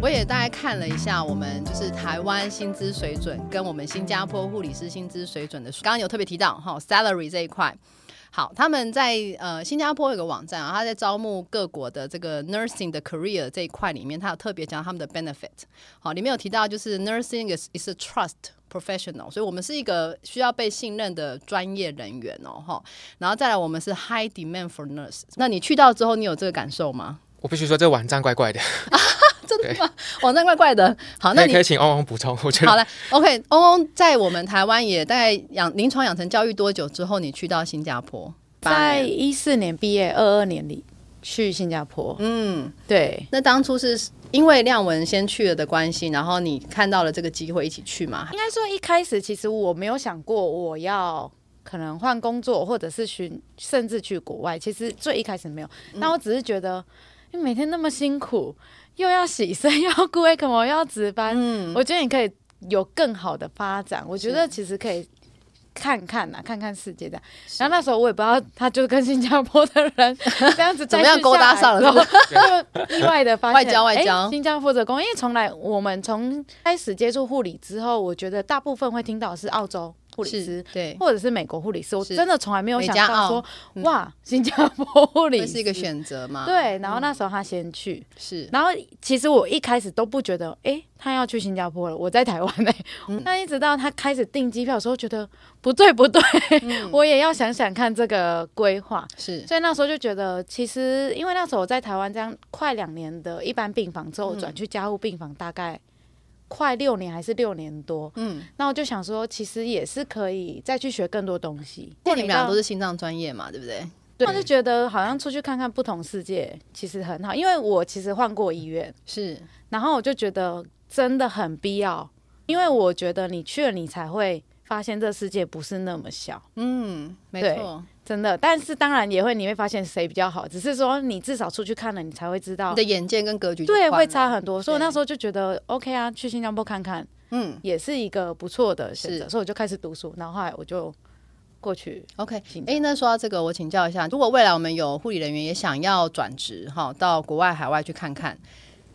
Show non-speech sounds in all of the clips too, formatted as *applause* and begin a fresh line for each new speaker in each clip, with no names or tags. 我也大概看了一下，我们就是台湾薪资水准跟我们新加坡护理师薪资水准的数，刚刚有特别提到哈、salary 这一块。好，他们在呃新加坡有个网站啊，他在招募各国的这个 nursing 的 career 这一块里面，他有特别讲他们的 benefit。好，里面有提到就是 nursing is is a trust professional，所以我们是一个需要被信任的专业人员哦，哈。然后再来，我们是 high demand for nurse。那你去到之后，你有这个感受吗？
我必须说，这网站怪怪的。
真的吗？网哦站怪怪的。好，那
可以
你
可以请欧王补充，我觉
好
得
了，OK。翁翁在我们台湾也大概养临床养成教育多久之后，你去到新加坡？八
在
年
一四年毕业，二二年里去新加坡。嗯，对，
那当初是因为亮文先去了的关系，然后你看到了这个机会一起去嘛？
应该说一开始其实我没有想过我要可能换工作，或者是寻甚至去国外。其实最一开始没有，
嗯
但我只是觉得，你每天那么辛苦，又要洗身， *laughs* 又要顾 A 可能又要值班，
嗯
我觉得你可以有更好的发展。我觉得其实可以。看看呐、看看世界这样。然后那时候我也不知道，他就跟新加坡的人 *laughs* 这样子
怎么样勾搭上了
然后就意外的发现
外交外交
哎新加坡的工，因为从来我们从开始接触护理之后，我觉得大部分会听到的是澳洲护理
是
师，
对，
或者是美国护理师，我
是
真的从来没有
美
想
加澳
到说，哇，新加坡护理
这
师
是一个。选择啊嗯嘛？，
对，然后那时候他先去，
是
然后其实我一开始都不觉得，诶，他要去新加坡了，我在台湾呢、
嗯
那一直到他开始订机票的时候，觉得不对不对，
嗯
我也要想想看这个规划。
是
所以那时候就觉得，其实因为那时候我在台湾这样快两年的一般病房之后，我
嗯
转去加护病房大概快六年还是六年多，嗯，那我就想说，其实也是可以再去学更多东西。
那你们俩
到
都是心脏专业嘛？对不对？
对，我就觉得好像出去看看不同世界其实很好，因为我其实换过医院，
是
然后我就觉得真的很必要，因为我觉得你去了，你才会发现这世界不是那么小。
没
对
错，
真的，但是当然也会，你会发现谁比较好，只是说你至少出去看了，你才会知道
你的，眼界跟格局就
对，
宽了
会差很多。所以我
对
那时候就觉得 OK 啊，去新加坡看看
嗯
也是一个不错的选择，
是
所以我就开始读书，然后后来我就过去。
OK，
紧
哎、那说到这个，我请教一下，如果未来我们有护理人员也想要转职哈，到国外海外去看看，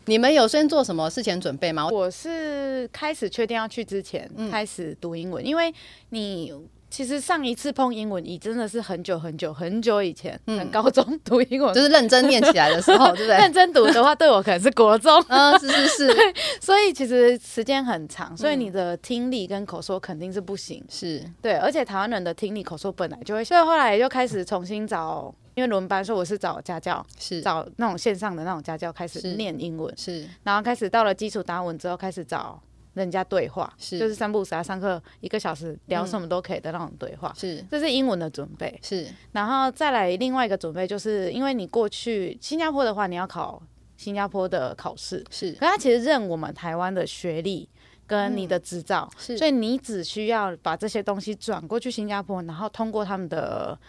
你们有先做什么事前准备吗？
我是开始确定要去之前、
嗯
开始读英文，因为你。其实上一次碰英文，已真的是很久很久很久以前，很高中读英文，
就是认嗯真念起来的时候，对不
*laughs* 认
对？
真读的话，对我可能是
*laughs*
国中，
嗯，是是是
所以其实时间很长，所以
嗯
你的听力跟口说肯定是不行。
是，
对，而且台湾人的听力口说本来就会，所以后来就开始重新找，因为轮班，所以我是找家教，
是
找那种线上的那种家教开始
是
念英文，
是
然后开始到了基础达文之后，开始找人家对话，
是
就是三不五时啊，上课一个小时聊什么都可以的那种对话。
是
这是英文的准备，
是
然后再来另外一个准备，就是因为你过去新加坡的话，你要考新加坡的考试，
是
可他其实认我们台湾的学历跟你的执照，
嗯是
所以你只需要把这些东西转过去新加坡，然后通过他们的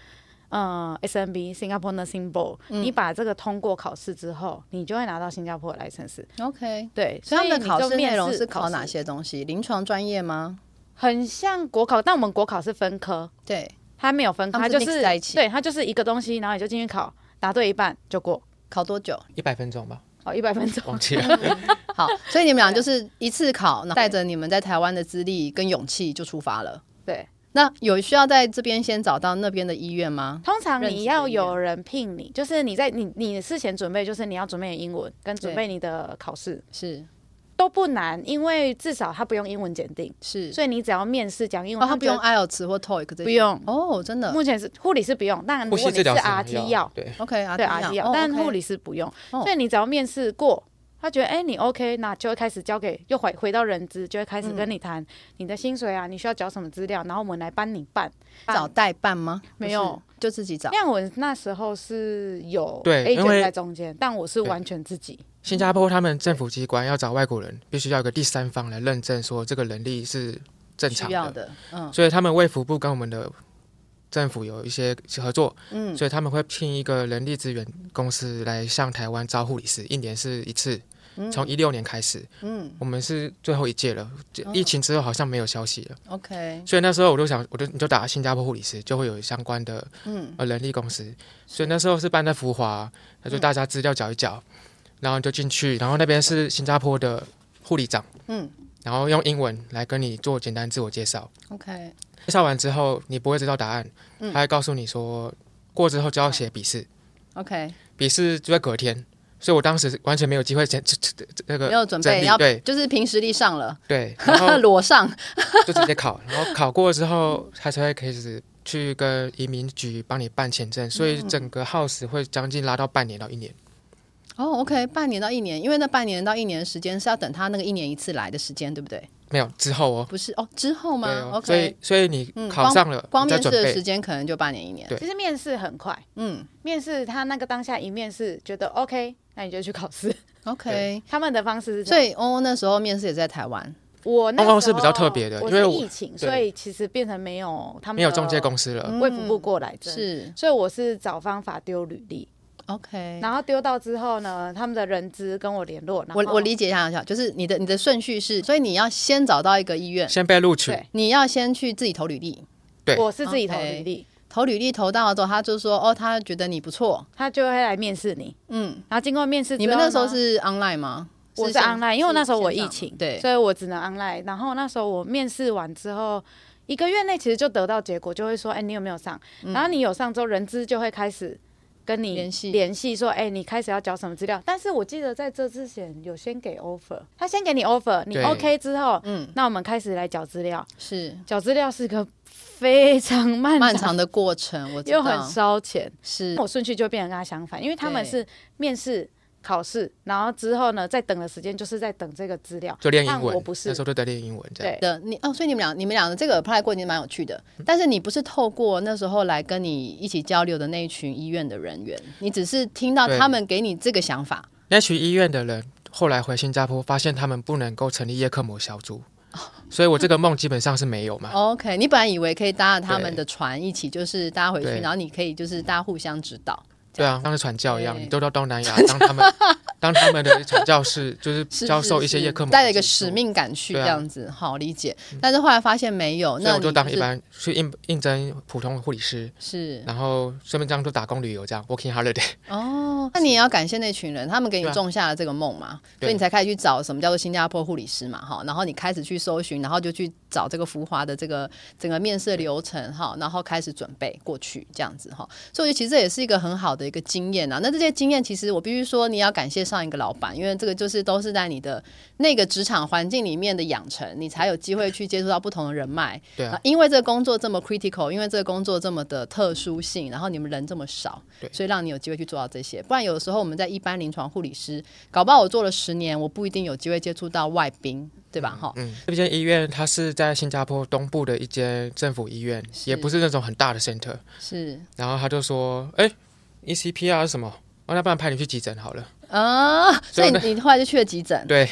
呃 SNB Singapore Nursing Board，、你
嗯
把这个通过考试之后，你就会拿到新加坡的 license。
OK。
对，
所以他们
你
的
就
考试
面
内容
试
是考
试
哪？些东西？临床专业吗？
很像国考，但我们国考是分科，
对，
它没有分科，
他
它
们
就是
mix 在一起
对，它就是一个东西，然后你就进去考，答对一半就过，
考多久？
一百分钟吧，
哦，一百分钟
忘。记 *laughs* 了。
好，所以你们俩就是一次考，然后带着你们在台湾的资历跟勇气就出发了。
对，
那有需要在这边先找到那边的医院吗？
通常
认识的
你要有人聘你，就是你在你你事前准备，就是你要准备英文跟准备你的考试
是
都不难，因为至少他不用英文检定，
是，
所以你只要面试讲英
哦，
文，
他不用
觉
IELTS 或 TOEIC 这些，
得不用。
哦，真的
目前是护理是不用，但
呼
如果
吸
你
治
是
疗师
RT 药，
对，
，OK 啊，
对
这样
RT 药
哦，
但
OK
护理师不用，
哦
所以你只要面试过。他觉得哎、你 OK，那就会开始交给，又回回到人资，就会开始跟你谈你的薪水啊，你需要缴什么资料，然后我们来帮你办。
找代办吗？
没
不是
有，
就自己找。
亮文那时候是有
对
A
因为
卷在中间，但我是完全自己。
新加坡他们政府机关要找外国人，必须要有个第三方来认证，说这个能力是正常
需要
的。
的，嗯，
所以他们卫福部跟我们的政府有一些合作，嗯，所以他们会聘一个人力资源公司来向台湾招护理师，一年是一次，从一六年开始，嗯，我们是最后一届了，这疫情之后好像没有消息了，
，OK，
所以那时候我就想，我就你就打新加坡护理师，就会有相关的嗯呃人力公司，所以那时候是办在福华，那就大家资料缴一缴，然后你就进去，然后那边是新加坡的护理长，
嗯
然后用英文来跟你做简单自我介绍。
，OK，
介绍完之后，你不会知道答案，
嗯
他会告诉你说，过之后就要写笔试，
OK，
笔试就在隔天，所以我当时完全没有机会前这这这这
没
个
有准
呃整
备
理
要
对
就是凭实力上了，
对，然
*laughs*
后
裸上，
就直接考，然后考过之后，他才会开始去跟移民局帮你办签证，所
嗯
以整个耗时会将近拉到半年到一年。
哦，OK，半年到一年，因为那半年到一年的时间是要等他那个一年一次来的时间，对不对？
没有之后哦，
不是哦，之后吗
对哦，所以
？OK，
所以你
嗯
考上了，
光
你再
面试
准
的时
备，
间可能就半年一年。
对
其实面试很快，
嗯
面试他那个当下一面试觉得 OK，那你就去考试。 *laughs*
，OK。
他们的方式是这
所
样，
以哦，那时候面试也是在台湾。
我那
公公
时
是比较
候
特别的
我
因为
是
我
疫情，
对
所以其实变成没有他们
没有中介
司
公司嗯了，
卫福部过来的，
是
所以我是找方法丢履历，
OK。
然后丢到之后呢，他们的人资跟我联络，然后
我我理解一下，就是你的你的顺序是，所以你要先找到一个医院，
先被录取，
对
你要先去自己投履历，
对
我是自己投
OK
履历，
投履历投到了之后，他就说哦，他觉得你不错。
他就会来面试你，
嗯，
然后经过面试之
你
后呢，
们那时候是 online 吗？
我是
线
online，因为我那时候我
是线
疫
上
情，
对
所以我只能 online。然后那时候我面试完之后，一个月内其实就得到结果，就会说，哎、你有没有上？然后你有上之后，人资就会开始跟你
嗯联系
联系说，哎、你开始要交什么资料？但是我记得在这之前有先给 offer，他先给你 offer，你
对
OK 之后，
嗯
嗯，那我们开始来缴资料。
是
缴资料是个非常漫
漫
长
长的过程，我知
又很
道
烧钱，
是
我顺序就变得跟他相反，因为他们
对
是面试、考试，然后之后呢，再等的时间就是在等这个资料。
就练英
但
文，
我不是
那时候就在练英文这样。
对
的，你哦，所以你们俩你们俩的这个 apply 过程蛮有趣的，
嗯
但是你不是透过那时候来跟你一起交流的那一群医院的人员，你只是听到
对
他们给你这个想法，
那群医院的人后来回新加坡，发现他们不能够成立叶克膜小组，
哦
所以我这个梦基本上是没有嘛。
OK，你本来以为可以搭着他们
对
的船一起，就是大家回去，
对
然后你可以就是大家互相指导，
对啊，像是传教一样，
对
你都到东南亚
*laughs*
当他们当他们的传教士，就是
是
教
是
授一些
是
叶克膜，
带着一个使。命感去
对
这
啊嗯
样子，好理解。但是后来发现没有，
所以
哦那
我
你
就当
是
一般去应应征普通护理师，
是
然后顺便这样就打工旅游这样 working holiday。
哦，那你也要感谢那群人，他们给你
对啊
种下了这个梦嘛，
对
所以你才开始去找什么叫做新加坡护理师嘛，哈，然后你开始去搜寻，然后就去找这个浮华的这个整个面试流程哈，然后开始准备过去这样子哈，所以我觉得其实这也是一个很好的一个经验啊。那这些经验其实我必须说，你也要感谢上一个老板，因为这个就是都是在你的那个职场环境里面的养成，你才有机会去接触到不同的人脉，
对啊
那，因为这个工作这么 critical，因为这个工作这么的特殊性，然后你们人这么少，
对
所以让你有机会去做到这些。不然有的时候我们在一般临床护理师，搞不好我做了十年，我不一定有机会接触到外宾，对吧？哈、
嗯，这间医院它是在新加坡东部的一间政府医院，
是
也不是那种很大的 center。
是
然后他就说：“哎，ECP 啊是什么？哦，那不然派你去急诊好了。
啊，所
所以
以
呢
你你后来就去了急诊
对，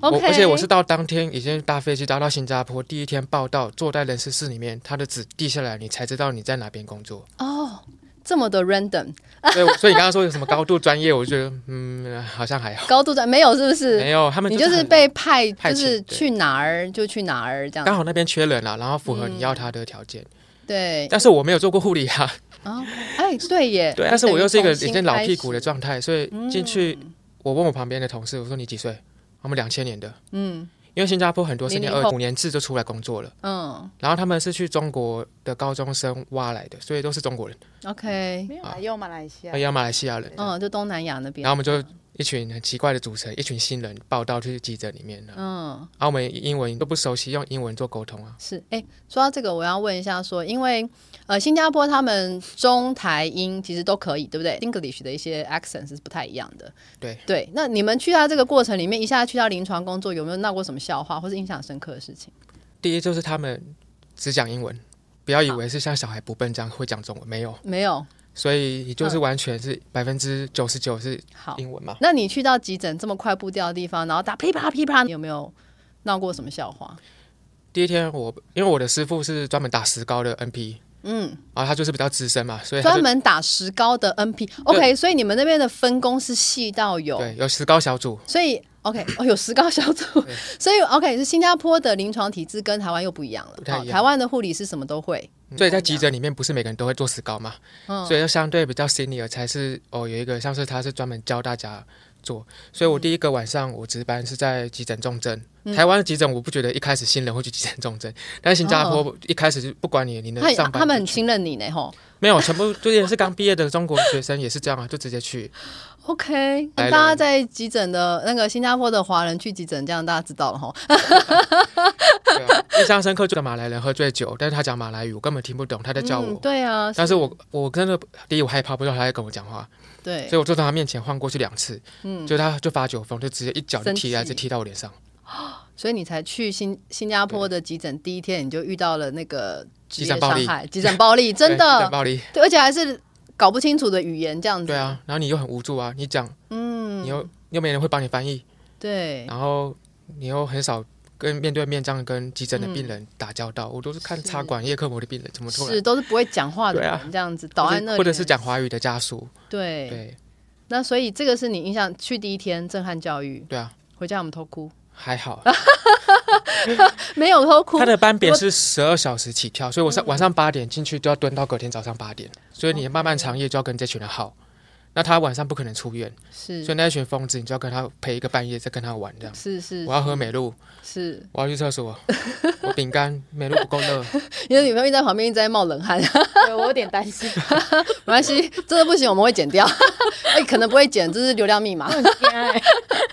我
，OK，
而且我是到当天已经搭飞机搭到新加坡，第一天报到，坐在人事室里面，他的纸递下来，你才知道你在哪边工作。
哦，这么的 random，
所以我，所以你刚刚说有什么高度专业，我就觉得嗯，好像还好，
高度在没有是不 *laughs* 是？
没有，他们
你就是
很
被派，
派
就
遣
是
对
去哪儿就去哪儿这样嗯
刚，好那边缺人啊，然后符合你要他的条件，
对，
但是我没有做过护理啊，
啊，哎，对耶，
对，但是我又是一个已
已
经老屁股的状态，所以进去，我问我旁边的同事，我说你几岁？他们两千年的，
嗯
因为新加坡很多是念
00
二五年制就出来工作了，
嗯
然后他们是去中国的高中生挖来的，所以都是中国人，
，OK，
没有啦，又马来
啊
西亚
还，有马来西亚人，
嗯，就东南亚那边。
然后我们就一群很奇怪的组成，一群新人报道去急诊里面了。啊
嗯，
然后我们英文都不熟悉，用英文做沟通啊。
是。哎、说到这个，我要问一下说因为呃，新加坡他们中台英其实都可以，对不对？English 的一些 accent 是不太一样的。
对
对，那你们去到这个过程里面，一下去到临床工作，有没有闹过什么笑话或是印象深刻的事情？
第一就是他们只讲英文，不要以为是像小孩不笨这样会讲中文，没有，
没有。
所以你就是完全是百分之九十九是
嗯好，
英文嘛。
那你去到急诊这么快步调的地方，然后打噼啪噼啪，你有没有闹过什么笑话？
第一天我因为我的师傅是专门打石膏的 NP，
嗯，
然后他就是比较资深嘛，所以他
专
就
门打石膏的 NP。OK，所以你们那边的分工是细到有
对有石膏小组，
所以 OK，哦，有石膏小组， *laughs* 所以 OK 是新加坡的临床体制跟台湾又不一样了。哦
不太一样
台湾的护理是什么都会，
所以在急诊里面不是每个人都会做石膏嘛，
嗯
所以就相对比较 senior 才是哦有一个像是他是专门教大家做，所以
嗯
我第一个晚上我值班是在急诊重症。台湾的急诊我不觉得一开始新人会去急诊重症，但是新加坡一开始就不管你你能
哦他
上班
他们
就
很
去
信任你呢，吼。
没有全部就也是刚毕业的中国学生也是这样啊，就直接去。
OK，那
来
大家
了
在急诊的那个新加坡的华人去急诊，这样大家知道了哈。
对啊，印象深刻就个马来人喝醉酒，但是他讲马来语我根本听不懂，他在叫我。
嗯、对啊，
但是我我真的第一我害怕，不知道他在跟我讲话，
对
所以我就从他面前晃过去两次，嗯，就他就发酒疯，就直接一脚就踢来，
生气
就踢到我脸上。
所以你才去新新加坡的急诊第一天，你就遇到了那个职
急
业
诊暴
伤
力
害，急诊暴力，真
*laughs* 对
的
很，暴力。
对，而且还是搞不清楚的语言这样子。
对，啊，然后你又很无助啊，你讲，嗯，你又又没人会帮你翻译，
对，
然后你又很少跟面对面这样跟急诊的病人打交道，我都是看
是
插管叶克膜的病人怎么突
嗯是
然，
都是不会讲话的
对啊
人这样子，倒在那里，
或者是讲华语的家属，
对。
对
那所以这个是你印象去第一天震撼教育，
对啊，
回家我们偷哭，
还好。
没有偷哭
他，的班别是十二小时起跳，所以我上
嗯
晚上八点进去就要蹲到隔天早上八点，所以你漫漫长夜就要跟这群人耗。那他晚上不可能出院，
是
所以那一群疯子你就要跟他陪一个半夜，再跟他玩这样。
是是
我要喝美露，
是，
我要去厕所，我饼干美露不够热，
你的女朋友一直在旁边一直在冒冷汗， *laughs*
对我有点担心，
没关系，真的不行我们会剪掉， *laughs* 哎、可能不会剪，这是流量密码。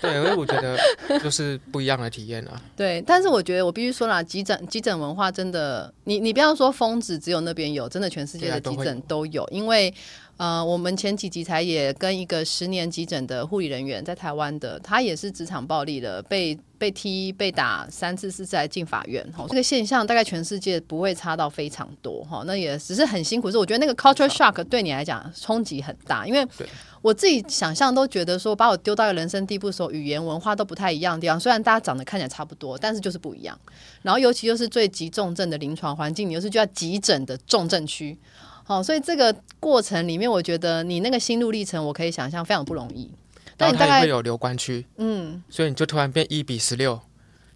对，因为我觉得就是不一样的
*laughs*
体验啊。
对，但是我觉得我必须说啦，急诊急诊文化真的，你你不要说疯子只有那边有，真的全世界
对
的
啊都
急
会
诊都有，因为呃，我们前几集才也跟一个十年急诊的护理人员在台湾的，他也是职场暴力的，被被踢被打三次四次还进法院，哈，这个现象大概全世界不会差到非常多，哈，那也只是很辛苦，是我觉得那个 culture shock 对你来讲冲击很大，因为
对
我自己想象都觉得说，把我丢到一个人生地不熟、语言文化都不太一样的地方，虽然大家长得看起来差不多，但是就是不一样。然后尤其又是最急重症的临床环境，你又是就要急诊的重症区，好、所以这个过程里面，我觉得你那个心路历程，我可以想象非常不容易。
然
但
后
你大
他也
概
会有留观区，嗯，所以你就突然变一比十六，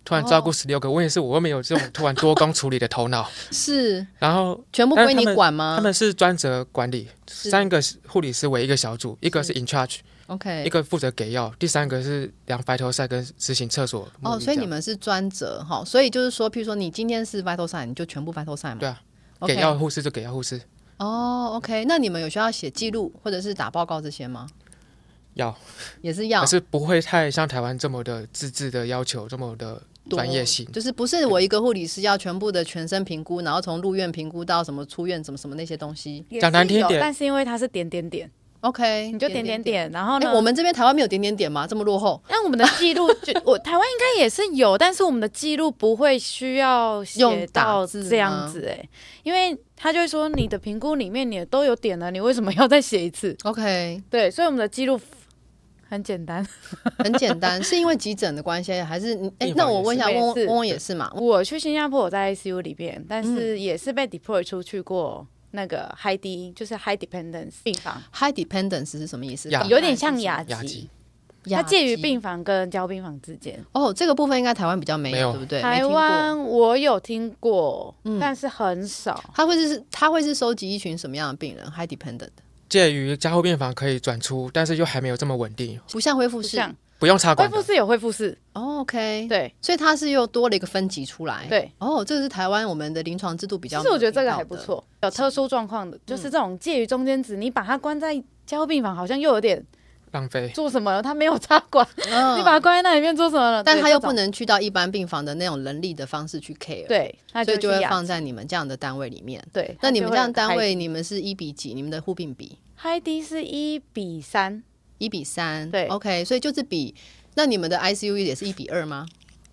突
哦
然照顾十六个，问题是我又没有这种突然多工处理的头脑，
是 *laughs*
然后
全部
但
归
是
你
他们
管
他
吗
们是专责管理，
啊是
三个是护理师为一个小组，一个是 in charge，一
？OK，
个负责给药，第三个是量白头赛跟执行厕所。沐
哦，
浴
所以
这
你
样
们是专责哈、所以就是说，譬如说你今天是 vital sign，你就全部 vital sign 嘛。
对啊
OK。
给药护士就给药护士，
哦，OK，那你们有需要写记录或者是打报告这些吗？
要
也是要
可是不会太像台湾这么的自治的要求，这么的
多
专业性。
就是不是我一个护理师要全部的全身评估，然后从入院评估到什么出院，什么什么那些东西。
讲难听一点
也是 *laughs* 有但是因为它是点点点，
OK，
你就点点。点，然后
哎、
呢，
我们这边台湾没有点点点吗？这么落后？
但我们的记录就我台湾应该也是有，但是我们的记录不会需要
用
写
打
到
字吗
这样子哎、因为他就会说你的评估里面你都有点了，你为什么要再写一次？
OK， *laughs*
对，所以我们的记录很简单。
很简单，是因为急诊的关系，还是你？哎、
病房
那我问一下，
也是
翁翁
也是
翁翁也是嘛？
我去新加坡，我在 ICU 里边，但
嗯
是也是被 deploy 出去过那个 high D，就是 high dependence 病房，
High dependence 是什么意思？
亚
本来
有点像
哦是
雅
雅
集
集，
亚
它介于
急
病房跟交病房之间。
哦，这个部分应该台湾比较没
没有
对不嗯对？没
台
听过
湾我有听过，但是很少。
它会是它会是收集一群什么样的病人？High dependent，
介于加护病房可以转出，但是又还没有这么稳定，
不像恢复室。
像
不用插
恢
管
复
哎
的。
室有恢复室，
哦 OK，，
对
所以它是又多了一个分级出来。
对。
哦，这个是台湾我们的临床制度比较没
其实
有遇到的。嗯
我觉得这个还不错，有特殊状况的，就是这种介于中间值，你把它关在加护病房，好像又有点
浪费。
做什么了，它没有插管，
嗯。
你把它关在那里面做什么了？
但
对
他又
这种
不能去到一般病房的那种人力的方式去 care，，
对，那
所以就会
去压
放在你们这样的单位里面。
对。
那
它
你
就
们
会
这样单
有
位，你们是一比几？你们的护病比
开 high D 是一比三
一比三，
对
，OK，所以就是比那你们的 ICU 也是一比二吗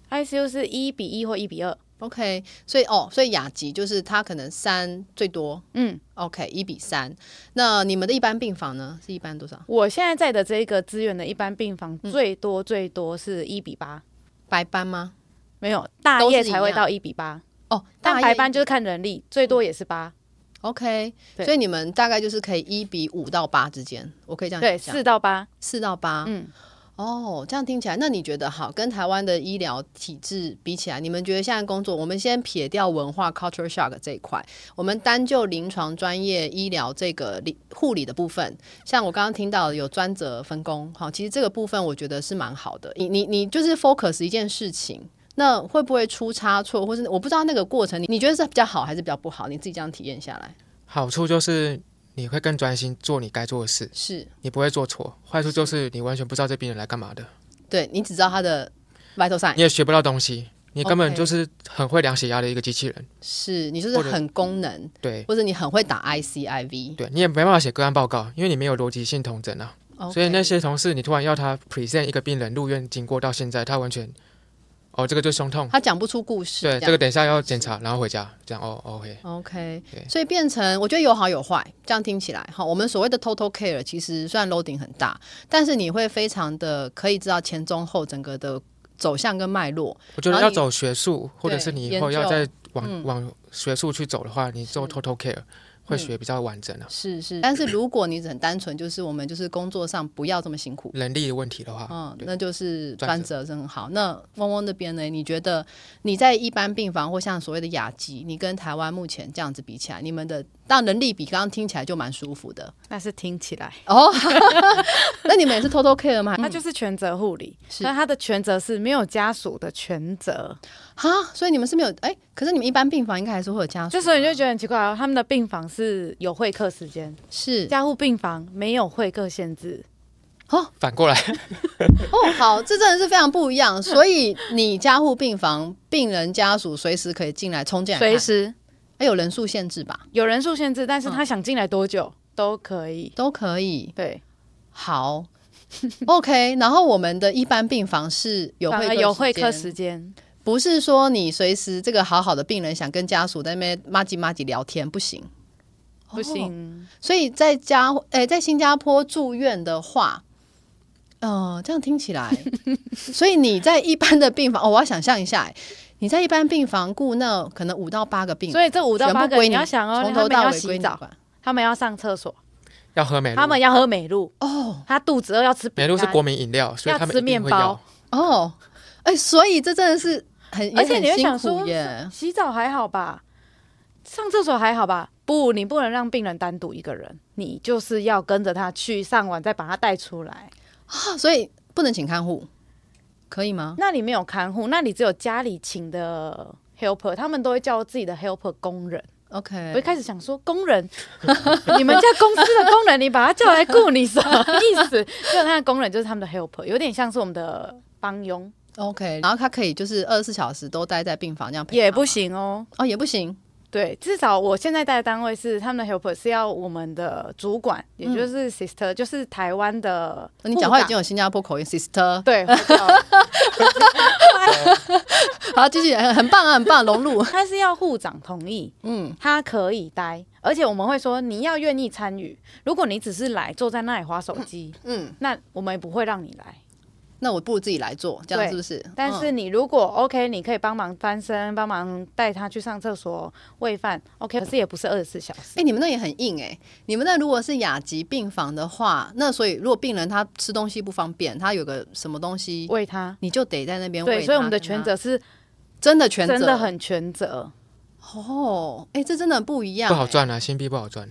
，ICU 是一比一或一比二，
？OK，所以哦，所以雅集就是它可能三最多
嗯。
，OK，一比三。那你们的一般病房呢？是一般多少？
我现在在的这个资源的一般病房，
嗯
最多最多是一比八，
白班吗？
没有大
都是
夜
一
才会
样
到一比八，
哦，
但
夜
白班就是看人力，最多也是八，
OK，
对
所以你嗯们大概就是可以一比五到八之间，我可以这样
对，
讲
四到八，
四到八，
嗯，
哦，这样听起来，那你觉得好跟台湾的医疗体制比起来，你们觉得现在工作，我们先撇掉文化 culture shock 这一块，我们单就临床专业医疗这个理护理的部分，像我刚刚听到有专责分工，好，其实这个部分我觉得是蛮好的。你你你就是 focus 一件事情，那会不会出差错，或是我不知道那个过程，你你觉得是比较好还是比较不好？你自己这样体验下来
好处就是你会更专心做你该做的事，
是
你不会做错；坏处就是你完全不知道这病人来干嘛的，
对你只知道他的 vital sign
你也学不到东西，你根本
OK
就是很会量血压的一个机器人。
是你就是
或者
很功能，
对，
或者你很会打 ICIV，
对你也没办法写个案报告，因为你没有逻辑性统整啊。
哦
所以那些同事，你突然要他 present 一个病人入院经过到现在，他完全，哦，这个就是胸痛，
他讲不出故事，
对，
这
这个
样
等一下要检查，然后回家，这样哦，OK，
OK，
对
所以变成我觉得有好有坏，这样听起来哈，我们所谓的 total care 其实虽然 loading 很大，但是你会非常的可以知道前中后整个的走向跟脉络，
我觉得
然后
要
你
走学术，或者是你以后
研究嗯
要再往、往学术去走的话，你做 total care 会学比较完整啊。
是是。但是如果你只很单纯，就是我们就是工作上不要这么辛苦，
人力的问题的话，
嗯，
啊对
那就是
专
专责是很好。那汪汪那边呢？你觉得你在一般病房或像所谓的雅集，你跟台湾目前这样子比起来，你们的当然能力比刚刚听起来就蛮舒服的
那是听起来，
哦。 *laughs* 那你们也是 total care 吗？
嗯他就是全责护理，
嗯是
那他的全责是没有家属的全责，
哈，所以你们是没有哎、可是你们一般病房应该还是会有家属，啊
就所以你就觉得很奇怪哦，他们的病房是有会客时间，
是
加护病房没有会客限制，
反过来，
哦，好，这真的是非常不一样。所以你加护病房，病人家属随时可以进来冲进来看，
随时
哎有人数限制吧，
有人数限制，
嗯
但是他想进来多久都可以。
都可以。
对，
好 *laughs* ，OK。然后我们的一般病房是有
反
会
而
客
有会
间
客时间，
不是说你随时这个好好的病人想跟家属在那边骂唧骂唧聊天不行，哦
不行，
所以在家，诶、在新加坡住院的话，呃，这样听起
*laughs*
来，所以你在一般的病房，哦，我要想象一下，诶你在一般病房雇那可能五到八个病人，
所以这五到
全
八
部
个
归你
你要想哦，
从
他
头
们
到
要
尾归
洗
你
澡，
管。
他们要上厕所，
要喝美
他
露
们，要喝美露，
哦
他肚子饿要吃饼
美露是
干
国民饮料，所以
要
他们
吃
一定会
面包
要。
哦，哎、所以这真的是很，也
而且
很
你会
辛
想
苦
说
耶，
洗澡还好吧，上厕所还好吧？不，你不能让病人单独一个人，你就是要跟着他去上完，再把他带出来。
啊所以不能请看护，可以吗？
那里没有看护，那里只有家里请的 helper，他们都会叫自己的 helper 工人。我一
OK，
开始想说工人， *laughs* 你们家公司的工人，你把他叫来雇你什么意思？ *laughs* 就他的工人就是他们的 helper，有点像是我们的帮佣，
OK，然后他可以就是二十四小时都待在病房这样陪
也
他
不
吗
行哦。
哦，也不行
对，至少我现在在的单位是他们的 helper 是要我们的主管，也就是 sister，、就是台湾的
哦
部长。
你讲话已经有新加坡口音，sister。
对，我知道了
好，继续，很很棒啊，很棒，融入。
他是要护长同意，
嗯，
他可以待，而且我们会说你要愿意参与。如果你只是来坐在那里划手机，
嗯
嗯，那我们也不会让你来。
那我不如自己来做，这样
对
是不是？
但
嗯
是你如果 OK，你可以帮忙翻身，帮忙带他去上厕所、喂饭，OK，可是也不是二十四小时。
哎、你们那也很硬哎、你们那如果是雅集病房的话，那所以如果病人他吃东西不方便，他有个什么东西，
喂他，
你就得在那边喂
对，
他
所以我们的
跟
全
他
责是
真的全责
真的很全责，
哦，哎、这真的很不一样、
不好
哎。
赚啊， *laughs* 新币不好赚，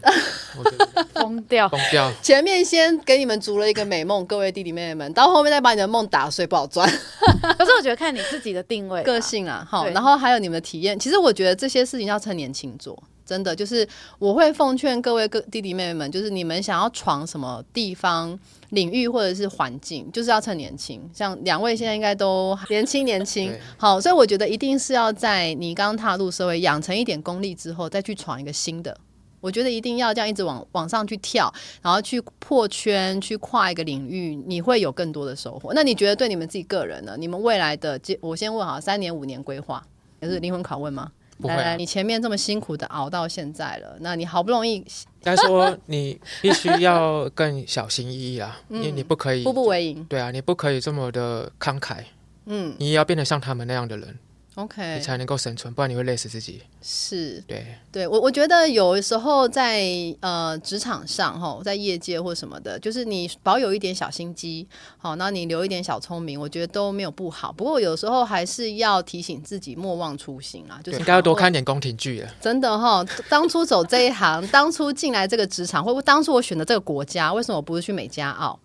我觉得
疯
*laughs*
掉。
崩掉。
前面先给你们筑了一个美梦，各位弟弟妹妹们，到后面再把你的梦打碎，不好赚。
可是我觉得看你自己的定位啦，
*laughs* 个性啦，哈，
对
然后还有你们的体验。其实我觉得这些事情要趁年轻做，真的就是我会奉劝各位各弟弟妹妹们，就是你们想要闯什么地方、领域或者是环境，就是要趁年轻。像两位现在应该都年轻年轻
对，
好，所以我觉得一定是要在你刚踏入社会，养成一点功力之后，再去闯一个新的。我觉得一定要这样一直往往上去跳，然后去破圈，去跨一个领域，你会有更多的收获。那你觉得对你们自己个人呢？你们未来的，我先问好，三年五年规划，也是灵魂拷问吗？
不会
来
啊
来，你前面这么辛苦的熬到现在了，那你好不容易
该说你必须要更小心翼
*laughs*
翼啦，因为你不可以
嗯步步为营，
对啊，你不可以这么的慷慨，
嗯，
你也要变得像他们那样的人。
OK，
你才能够生存，不然你会累死自己。
是
对，
对我，我觉得有时候在呃职场上哈，在业界或什么的，就是你保有一点小心机，好，那你留一点小聪明，我觉得都没有不好。不过有时候还是要提醒自己莫忘初心啊，就是
应该要多看点宫廷剧啊了。
真的哈，当初走这一行，当初进来这个职场，或或当初我选择这个国家，为什么我不是去美加澳？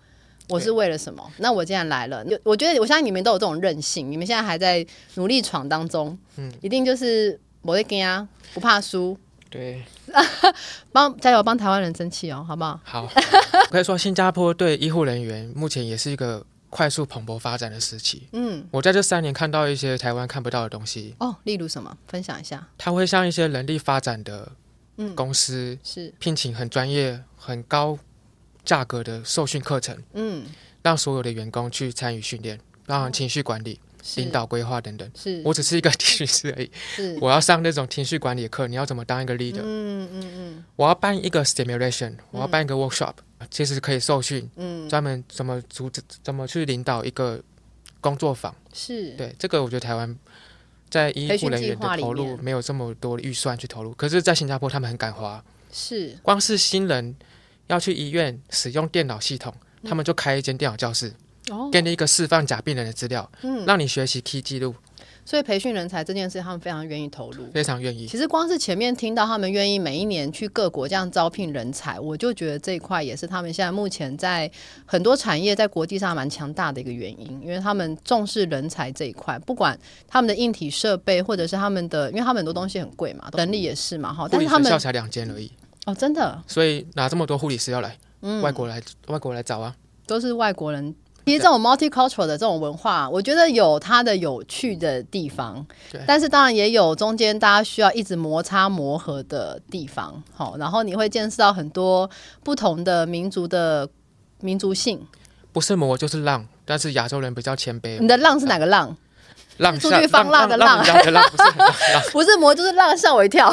我是为了什么？那我既然来了，有我觉得我相信你们都有这种韧性，你们现在还在努力闯当中，嗯，一定就是我在跟啊，不怕输，
对，
帮加油，帮台湾人争气哦，好不好？ *laughs*
好，可以说新加坡对医护人员目前也是一个快速蓬勃发展的时期。
嗯，
我在这三年看到一些台湾看不到的东西，
哦，例如什么，分享一下，
它会像一些人力发展的
嗯
公司
是，
聘请很专业、很高价格的受训课程，
嗯，
让所有的员工去参与训练，包含情绪管理、
是
领导规划等等。
是，
我只是一个体育师而已，
是，
我要上那种情绪管理课，你要怎么当一个 leader？、
嗯嗯嗯，
我要办一个 stimulation，我要办一个 workshop，、其实可以受训，
嗯
专门怎么组织、怎么去领导一个工作坊。
是，
对，这个我觉得台湾在医
培
护
训
人
计
员
划
的
里
投入
面
没有这么多的预算去投入，可是，在新加坡他们很敢花，
是，
光是新人要去医院使用电脑系统，
嗯
他们就开一间电脑教室，
哦，
给你一个释放假病人的资料，
嗯
让你学习 key 记录，
所以培训人才这件事，他们非常愿意投入。
非常愿意。
其实光是前面听到他们愿意每一年去各国这样招聘人才，我就觉得这一块也是他们现在目前在很多产业在国际上蛮强大的一个原因，因为他们重视人才这一块，不管他们的硬体设备或者是他们的，因为他们很多东西很贵嘛，人力也是嘛哈，
护
哦但
理
是他
学
们
校才两间而已，
哦真的
所以哪这么多护理师要来？外国来，外国来找啊！
嗯都是外国人。其实这种 multicultural 的这种文化，我觉得有它的有趣的地方
对，
但是当然也有中间大家需要一直摩擦磨合的地方。好，然后你会见识到很多不同的民族的民族性。
不是魔就是浪，但是亚洲人比较谦卑
你，的浪是哪个浪？
浪
嗯出
下
去放
浪
浪的
浪
浪啊
人家的浪，不是很浪
*laughs*
浪，
不是磨就是浪，吓我一跳。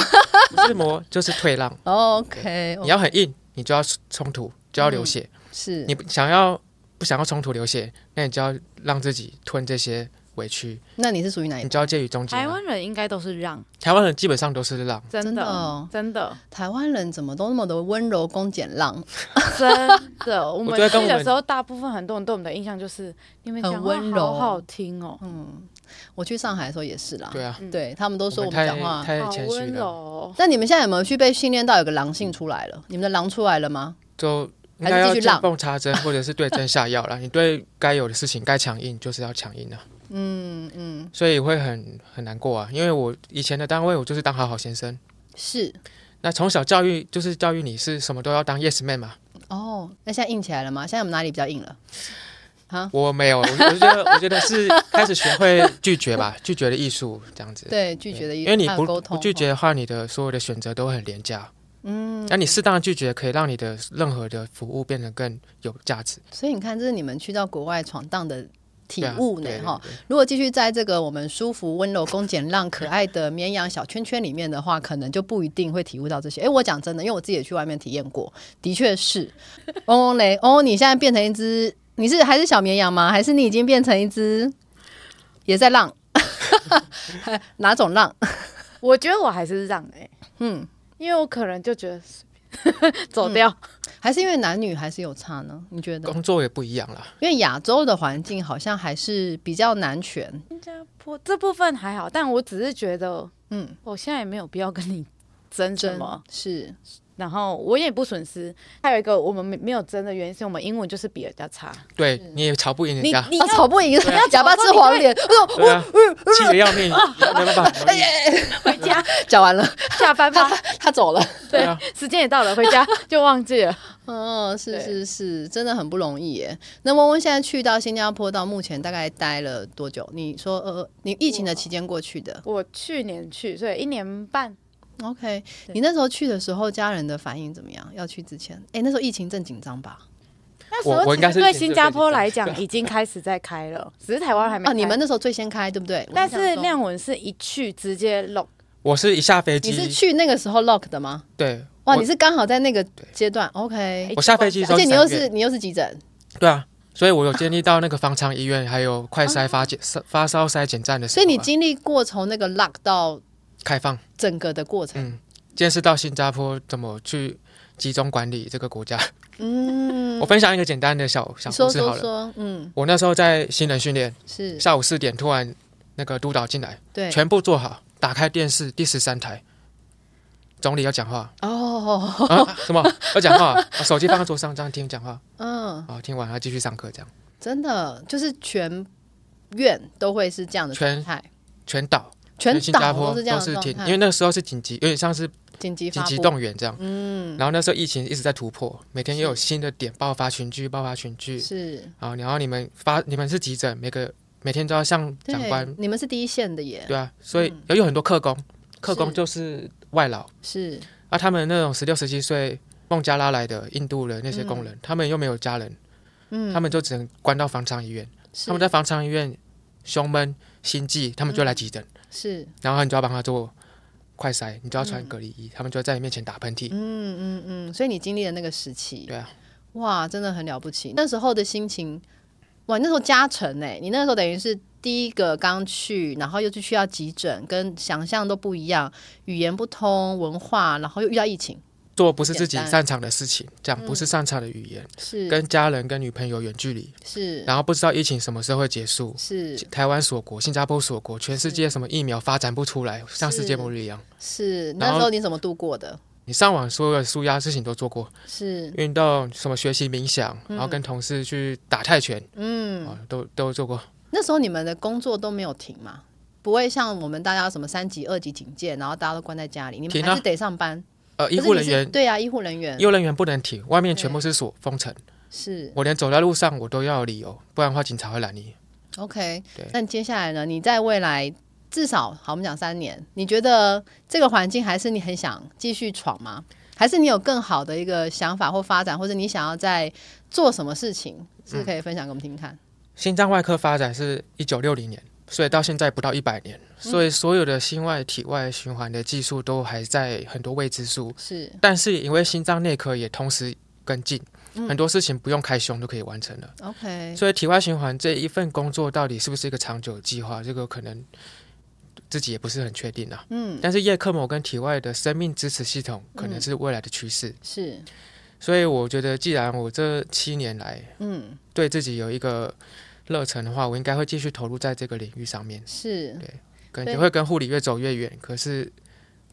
不是魔就是退
哦
让。
OK，哦
你要很硬，你就要冲突，就要流血；
嗯是
你不想要不想要冲突流血，那你就要让自己吞这些委屈，
那你是属于哪一
你就要介于中间啊、
台湾人应该都是让，
台湾人基本上都是让，
真
真的
的
哦，
真的，
台湾人怎么都那么的温柔恭俭浪，
真的。我
我
们
觉得跟
去
我们
的时候，大部分很多人对我们的印象就是你们
很
讲话
温柔
好好听哦，
我去上海的时候也是啦。
对啊，
对他们都说我
我们
们
太
讲话。
太
好
谦虚
温柔
了，
哦。
那你们现在有没有去被训练到有个狼性出来了？你们的狼出来了吗？
就应
还是
该要
继续浪
见缝插针，或者是对症下药
*laughs*
了。你对该有的事情该强硬就是要强硬啊。嗯嗯，所以会很很难过啊，因为我以前的单位我就是当好好先生，
是
那从小教育就是教育你是什么都要当 yes man 嘛，
哦，那现在硬起来了吗？现在我们哪里比较硬了？
我没
*laughs*
有，我我觉得我觉得是开始学会拒绝吧，拒绝的艺术这样子。
对，拒绝的意
因
思，
为你
还有
不
沟通
不拒绝的话，你的所有的选择都会很廉价。嗯，那你适当的拒绝，可以让你的任何的服务变得更有价值。
所以你看，这是你们去到国外闯荡的体
对啊
悟呢
对，
哈、
对对
如果继续在这个我们舒服、温柔、公俭让、可爱的绵羊小圈圈里面的话，可能就不一定会体悟到这些。诶，我讲真的，因为我自己也去外面体验过，的确是。嗡嗡雷，嗡嗡，你现在变成一只，你是还是小绵羊吗？还是你已经变成一只也在浪？ *laughs* 哪种浪？
我觉得我还是让哎，
嗯，
因为我可能就觉得随便 *laughs* 走掉，
还是因为男女还是有差呢？你觉得？
工作也不一样啦，
因为亚洲的环境好像还是比较难选，
新加坡这部分还好，但我只是觉得
嗯，
我现在也没有必要跟你争什
真
么，
是
然后我也不损失。还有一个我们没没有争的原因是我们英文就是比人家差，
对你也吵不赢人
你
家，
你
啊，
要
吵不赢，假扮吃黄脸，我说
对啊，
哦
气得要命，没办法，
哎
回
*laughs*
家
*laughs* 讲完了， *laughs*
下班吧，
他走了。
对啊，
时间也到了，回家就忘记了。
嗯，是
对
是是，真的很不容易耶。那温温现在去到新加坡，到目前大概待了多久？你说呃，你疫情的期间过去的
我去年去，所以一年半，
，OK？你那时候去的时候，家人的反应怎么样？要去之前，哎，那时候疫情正紧张吧？
那时
我我
候
应
其
该
实
是
对
前
新
阵
加
子
坡
的
来讲已经开始在开了，只是台湾还没
啊，
开。
你们那时候最先开，对不对？
但
我印
是
象中
亮文是一去直接漏，
我是一下飞
你是
机，
去那个时候 lock 的吗？
对，
哇，
我
你是刚好在那个阶段，OK？
我下飞机的时
而
候
且
是
你又
三月，
是你又是急诊，
对啊，所以我有建立到那个方舱医院，还有快筛发检、发烧筛检站的时
哦
候
所
啊，
以你经历过从那个 lock 到
开放，
整个的过程，
嗯，见识到新加坡怎么去集中管理这个国家。嗯， *laughs* 我分享一个简单的小小
你
故
说
事好
说
了。
说，嗯，
我那时候在新人训练，
是
下午四点突然那个督导进来，
对，
全部坐好，打开电视第十三台，总理要
*laughs*
讲话
哦，
啊？什么要讲话？啊手机放在桌上，这样听讲话
嗯，
啊，听完他继续上课，这样
真的就是全院都会是这样的状
全
态，
全岛
全
新加
岛
坡
都是这样的
是
状
挺，
态，
因为那个时候是紧急，有点像是
紧急
紧
发
急
布
动员这样。嗯，然后那时候疫情一直在突破，每天也有新的点爆发群聚，爆发群聚
是
啊。然后你们发，你们是急诊，每个每天都要向长
对
官，，
你们是第一线的耶，
对啊，所以有有很多客工，客
是
工就是外劳。
是
啊，他们那种十六、十七岁孟加拉来的印度的那些工
嗯
人，他们又没有家人，嗯，他们就只能关到方舱医院。
是
他们在方舱医院胸闷、心悸，他们就来急诊，
嗯是，
然后你就要帮他做快筛，你就要穿隔离衣，他们就在你面前打喷嚏。
嗯嗯嗯嗯，所以你经历了那个时期，
对啊，
哇，真的很了不起。那时候的心情，哇，那时候加成哎、你那时候等于是第一个刚去，然后又去需要急诊，跟想象都不一样，语言不通，文化，然后又遇到疫情，
做不是自己
简单嗯
擅长的事情，这样不是擅长的语言，
是
跟家人、跟女朋友远距离，
是
然后不知道疫情什么时候会结束。
是
台湾锁国，新加坡锁国，全世界什么疫苗发展不出来，像世界末日一样。
是，
然
那
后
时候你怎么度过的？
你上网所有的舒压事情都做过，
是
运动，什么学习冥想，
嗯
然后跟同事去打泰拳，嗯，啊、都都做过。
那时候你们的工作都没有停嘛？不会像我们大家什么三级、二级警戒，然后大家都关在家里，你们
停
还
啊
是得上班。
呃，医
可是
护
你
人
是
员，
对啊，医护人员
医护人员不能停，外面全部是锁封城，
是
我连走在路上我都要有理由，不然的话警察会拦你。
OK，
对
那你接下来呢？你在未来至少好，我们讲三年，你觉得这个环境还是你很想继续闯吗？还是你有更好的一个想法或发展，或者你想要在做什么事情，是不是可以分享给我们听看？
心脏外科发展是一九六零年，所以到现在不到一百年，
嗯
所以所有的心外体外循环的技术都还在很多未知数，
是
但是因为心脏内科也同时跟进，很多事情不用开胸就可以完成了。
OK，
所以体外循环这一份工作到底是不是一个长久计划，这个可能自己也不是很确定啊。嗯，但是叶克膜跟体外的生命支持系统可能是未来的趋势，
是
所以我觉得既然我这七年来，嗯，对自己有一个热忱的话，我应该会继续投入在这个领域上面，
是
可
对
能会跟护理越走越远，可是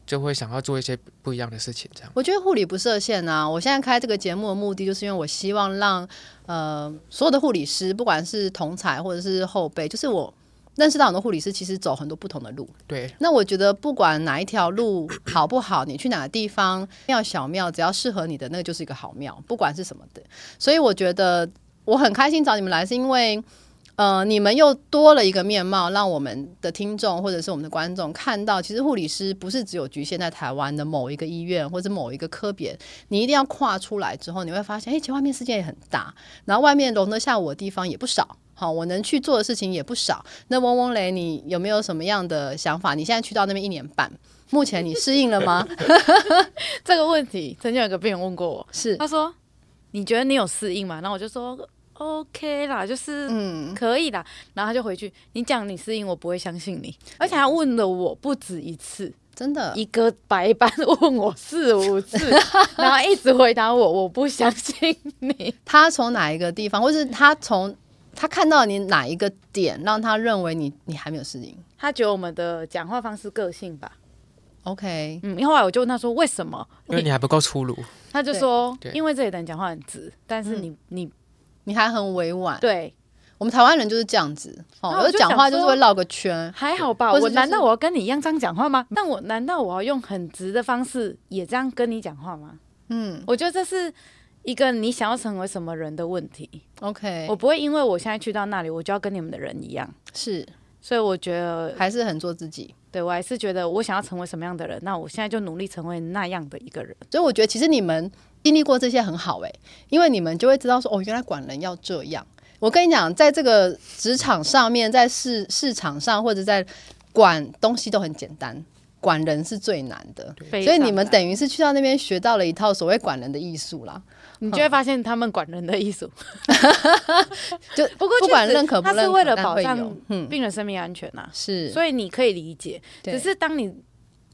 就会想要做一些不一样的事情，这样。
我觉得护理不设限啊！我现在开这个节目的目的，就是因为我希望让呃所有的护理师，不管是同才或者是后辈，就是我认识到很多护理师其实走很多不同的路。
对，
那我觉得不管哪一条路好不好，你去哪个地方庙小庙，只要适合你的，那个就是一个好庙，不管是什么的。所以我觉得我很开心找你们来，是因为。呃，你们又多了一个面貌，让我们的听众或者是我们的观众看到，其实护理师不是只有局限在台湾的某一个医院或者某一个科别，你一定要跨出来之后，你会发现，哎、其实外面世界也很大，然后外面容得下我的地方也不少，好，我能去做的事情也不少。那翁翁雷，你有没有什么样的想法？你现在去到那边一年半，目前你适应了
*laughs*
吗？
哎这个问题曾经有一个病人问过我，
是，
他说：“你觉得你有适应吗？”然后我就说：“OK 啦，就是
嗯，
可以啦。然后他就回去：“你讲你适应，我不会相信你。”而且他问了我不止一次，
真的，
一个白班 *laughs* 问我四五次，然后一直回答我：“我不相信 *laughs* 你。
他从哪一个地方，或是他从他看到你哪一个点，让他认为你你还没有适应”
他觉得我们的讲话方式、个性吧，
？OK，
嗯，因为后来我就问他说：“为什么
因为你还不够粗鲁，？”
他就说
对：“对
因为这里的人讲话很直，但是你、你
你还很委婉。
对
我们台湾人就是这样子，
然
哦，
后
有
我就
时讲
想
话就是
说
会绕个圈。
还好吧？
或者就
我
是
难道我要跟你一样这样讲话吗？但我难道我要用很直的方式也这样跟你讲话吗？嗯，我觉得这是一个你想要成为什么人的问题。
OK，
我不会因为我现在去到那里，我就要跟你们的人一样。
是
所以我觉得，
还是很做自己。
对我还是觉得我想要成为什么样的人，那我现在就努力成为那样的一个人。
所以我觉得其实你们经历过这些很好诶、因为你们就会知道说哦，原来管人要这样。我跟你讲，在这个职场上面，在市市场上或者在管东西都很简单，管人是最难的，
非
所以你
常
们
难
等于是去到那边学到了一套所谓管人的艺术啦。
你就会发现他们管人的艺术，
*laughs* 就
不过
不
确
管
实
认可不
他
认可，
是为了
但
保
会
障
有嗯
病人生命安全呐、
是，
所以你可以理解。
对
只是当你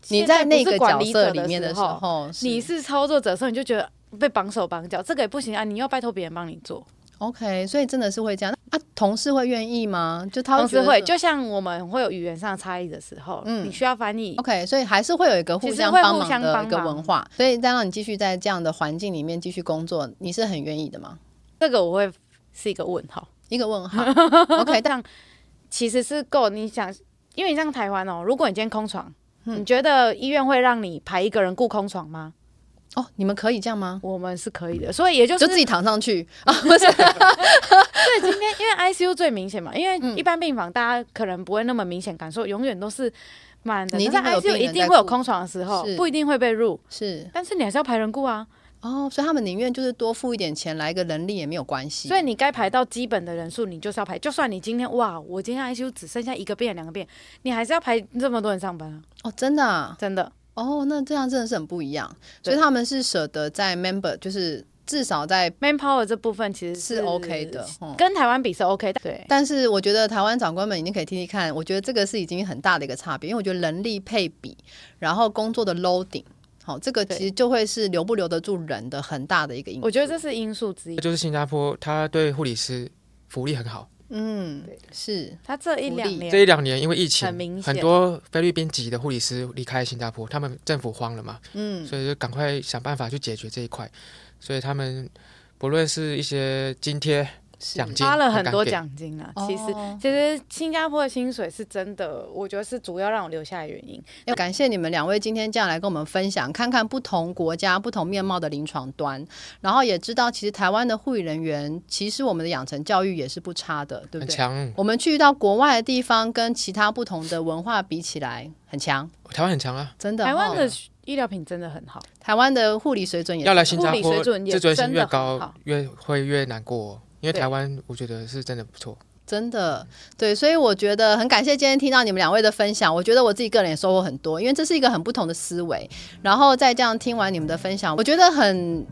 你
现在
在那
不
个
是管
角
理
色
者
里面的时
候，
候，
你是操作者的时候，你就觉得被绑手绑脚，这个也不行啊，你要拜托别人帮你做。
OK，所以真的是会这样。那啊，同事会愿意吗？就他
同
觉
时
得嗯
会，
说
就像我们会有语言上的差异的时候，你需要翻译。
OK，所以还是会有一个互
其实
相
会
帮
互
忙
相
的
帮
一个
忙
文化。所以，再让你继续在这样的环境里面继续工作，你是很愿意的吗？
这个我会是一个问号。
一个问
*laughs*
号。OK，但
其实是够。你想，因为你像台湾哦，如果你今天空床，
嗯
你觉得医院会让你排一个人雇空床吗？
哦，你们可以这样吗？
我们是可以的，所以也就是
就自己躺上去啊？不是，
对，今天因为 ICU 最明显嘛，因
嗯
为一般病房大家可能不会那么明显感受，永远都是满的。
你一
可是
定会有病
ICU
人
一定
在
会有
顾
空床的时候
是，
不一定会被入，
是
但是你还是要排人顾啊。
哦，所以他们宁愿就是多付一点钱来一个人力也没有关系。
所以你该排到基本的人数，你就是要排。就算你今天哇，我今天 ICU 只剩下一个病人、两个病人，你还是要排这么多人上班啊！
哦，真的啊、
真的，
哦，那这样真的是很不一样。所
对
以他们是舍得在 member，就是至少在
manpower 这部分其实
是 OK 的。嗯
跟台湾比是 OK 的。对，
但是我觉得台湾长官们一定可以听听看，我觉得这个是已经很大的一个差别，因为我觉得人力配比，然后工作的 loading，好、这个
对
其实就会是留不留得住人的很大的一个因素。
我觉得这是因素之一
那。就是新加坡，他对护理师福利很好。
嗯，是
他这一两
福利
年
这一两年因为疫情，
啊很明显
很多菲律宾籍的护理师离开新加坡，他们政府慌了嘛，嗯，所以就赶快想办法去解决这一块，所以他们不论是一些津贴、
是
奖金，
花了很
敢
多
给，
奖金啊。其实
哦，
其实新加坡的薪水是真的，我觉得是主要让我留下来的原因。
要感谢你们两位今天这样来跟我们分享，看看不同国家、不同面貌的临床端，然后也知道其实台湾的护理人员，其实我们的养成教育也是不差的，对不
很
对？
强，
我们去到国外的地方，跟其他不同的文化比起来，很强，
台湾很强啊，
真的哦。
台湾的医疗品真的很好，
台湾的护理水准也
要来新加
护理
坡，
水准也
自尊心
真的
越
很
高
好
越会越难过、哦，因为
对
台湾我觉得是真的不错，
真的，对，所以我觉得很感谢今天听到你们两位的分享，我觉得我自己个人也收获很多，因为这是一个很不同的思维。然后再这样听完你们的分享，我觉得很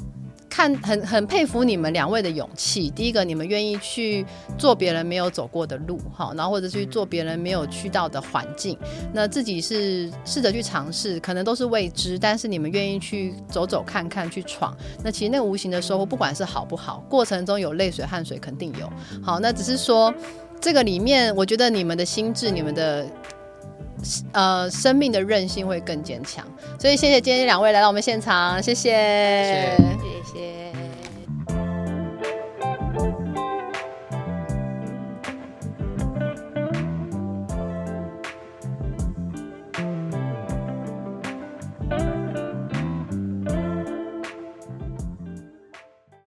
看很很佩服你们两位的勇气。第一个，你们愿意去做别人没有走过的路，哈，然后或者去做别人没有去到的环境，那自己是试着去尝试，可能都是未知，但是你们愿意去走走看看，去闯。那其实那个无形的收获，不管是好不好，过程中有泪水汗水肯定有。好，那只是说这个里面，我觉得你们的心智、你们的呃生命的韧性会更坚强。所以谢谢今天两位来到我们现场，谢谢
谢谢
谢谢